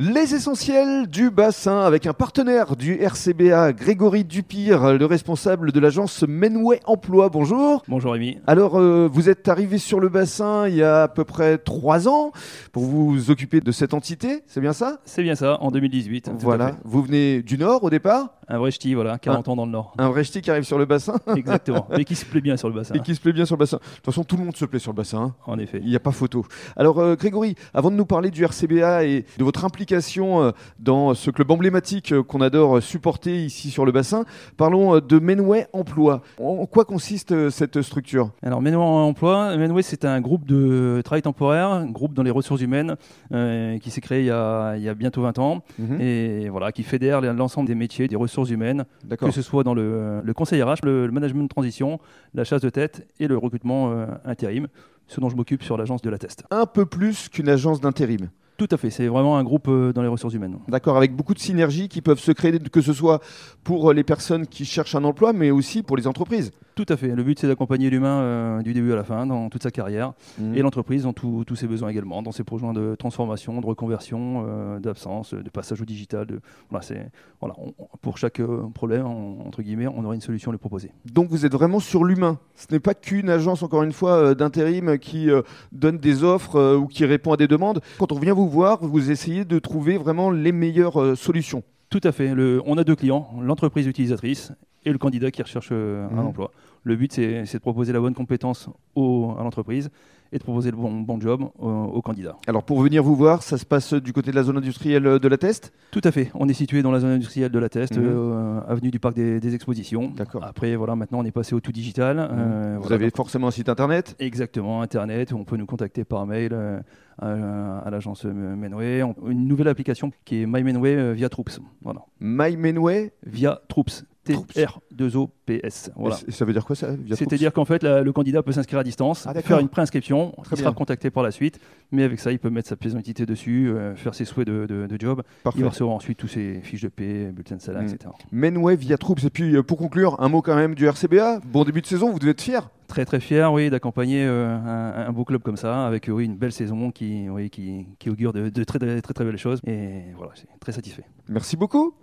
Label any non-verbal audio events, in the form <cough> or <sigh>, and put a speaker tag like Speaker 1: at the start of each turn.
Speaker 1: Les essentiels du bassin avec un partenaire du RCBA, Grégory Dupire, le responsable de l'agence Menway Emploi. Bonjour.
Speaker 2: Bonjour Rémi.
Speaker 1: Alors, euh, vous êtes arrivé sur le bassin il y a à peu près trois ans pour vous occuper de cette entité, c'est bien ça
Speaker 2: C'est bien ça, en 2018. tout à
Speaker 1: Voilà. Ah.
Speaker 2: fait.
Speaker 1: Vous venez du Nord au départ
Speaker 2: Un vrai ch'ti, voilà, 40 ans dans
Speaker 1: <laughs>
Speaker 2: le Nord.
Speaker 1: Un vrai ch'ti qui arrive sur le bassin
Speaker 2: Exactement. Mais qui se plaît bien sur le
Speaker 1: <laughs>
Speaker 2: bassin,
Speaker 1: et qui se plaît bien sur le bassin. De toute façon, tout le monde se plaît sur le bassin. hein.
Speaker 2: en effet.
Speaker 1: Il n'y a pas photo. Alors euh, Grégory, avant de nous parler du RCBA et de votre implication euh, dans ce club emblématique euh, qu'on adore euh, supporter ici sur le bassin, parlons euh, de Menway Emploi. En en quoi consiste euh, cette structure
Speaker 2: Alors, Menway Emploi, Menway, c'est un groupe de travail temporaire, un groupe dans les ressources humaines, euh, qui s'est créé il y, a, il y a bientôt 20 ans,
Speaker 1: Mhm.
Speaker 2: et voilà, qui fédère l'ensemble des métiers des ressources humaines,
Speaker 1: D'accord.
Speaker 2: que ce soit dans le, le conseil RH, le, le management de transition, la chasse de tête et le recrutement euh, intérim, ce dont je m'occupe sur l'agence de la Test.
Speaker 1: Un peu plus qu'une agence d'intérim.
Speaker 2: Tout à fait, c'est vraiment un groupe euh, dans les ressources humaines.
Speaker 1: D'accord, avec beaucoup de synergies qui peuvent se créer, que ce soit pour euh, les personnes qui cherchent un emploi, mais aussi pour les entreprises.
Speaker 2: Tout à fait. Le but, c'est d'accompagner l'humain euh, du début à la fin dans toute sa carrière et
Speaker 1: Et
Speaker 2: l'entreprise dans tout- tous ses besoins également, dans ses projets de transformation, de reconversion, euh, d'absence, de passage au digital. de- Voilà, c'est- voilà, on- on- pour chaque euh, problème, on- entre guillemets, on aurait une solution à lui proposer.
Speaker 1: Donc vous êtes vraiment sur l'humain. Ce n'est pas qu'une agence, encore une fois, euh, d'intérim qui euh, donne des offres euh, ou qui répond à des demandes. Quand on vient vous voir, vous essayez de trouver vraiment les meilleures euh, solutions.
Speaker 2: Tout à fait. Le- on a deux clients, l'entreprise utilisatrice et le candidat qui recherche euh, un
Speaker 1: Mhm.
Speaker 2: emploi. Le but, c'est c'est de proposer la bonne compétence au- à l'entreprise et de proposer le bon, bon job au, au candidat.
Speaker 1: Alors pour venir vous voir, ça se passe euh, du côté de la zone industrielle euh, de la Teste
Speaker 2: Tout à fait. On est situé dans la zone industrielle de la Teste,
Speaker 1: Mhm.
Speaker 2: euh, avenue du Parc des, des Expositions.
Speaker 1: D'accord. Mmh.
Speaker 2: Après, voilà, maintenant on est passé au tout digital. euh,
Speaker 1: Vous
Speaker 2: Ah, voilà,
Speaker 1: avez
Speaker 2: donc-
Speaker 1: forcément un site internet
Speaker 2: Exactement, Internet, où on peut nous contacter par mail euh, à, à l'agence euh, Menway. On- Une nouvelle application qui est MyMenway euh, via Troops. Voilà.
Speaker 1: MyMenway
Speaker 2: Via Troops.
Speaker 1: Troops.
Speaker 2: T-R-2-O-P-S. Voilà.
Speaker 1: Et c- Ça veut dire quoi ça via
Speaker 2: C'est-à-dire qu'en fait, la- le candidat peut s'inscrire à distance,
Speaker 1: Ah, d'accord.
Speaker 2: faire une préinscription,
Speaker 1: Très
Speaker 2: il sera
Speaker 1: bien.
Speaker 2: contacté par la suite, mais avec ça, il peut mettre sa pièce d'identité dessus, euh, faire ses souhaits de, de- de job,
Speaker 1: Troops Parfait.
Speaker 2: il va recevoir ensuite tous ses fiches de paie, bulletins de salaire,
Speaker 1: Mm.
Speaker 2: etc.
Speaker 1: Menway via Troops. Et puis euh, pour conclure, un mot quand même du RCBA. Bon début de saison, vous devez être fier.
Speaker 2: Très très fier, oui, d'accompagner euh, un, un beau club comme ça, avec euh, oui, une belle saison qui, oui, qui, qui augure de, de très, très très très belles choses. Et voilà, c'est très satisfait.
Speaker 1: Merci beaucoup.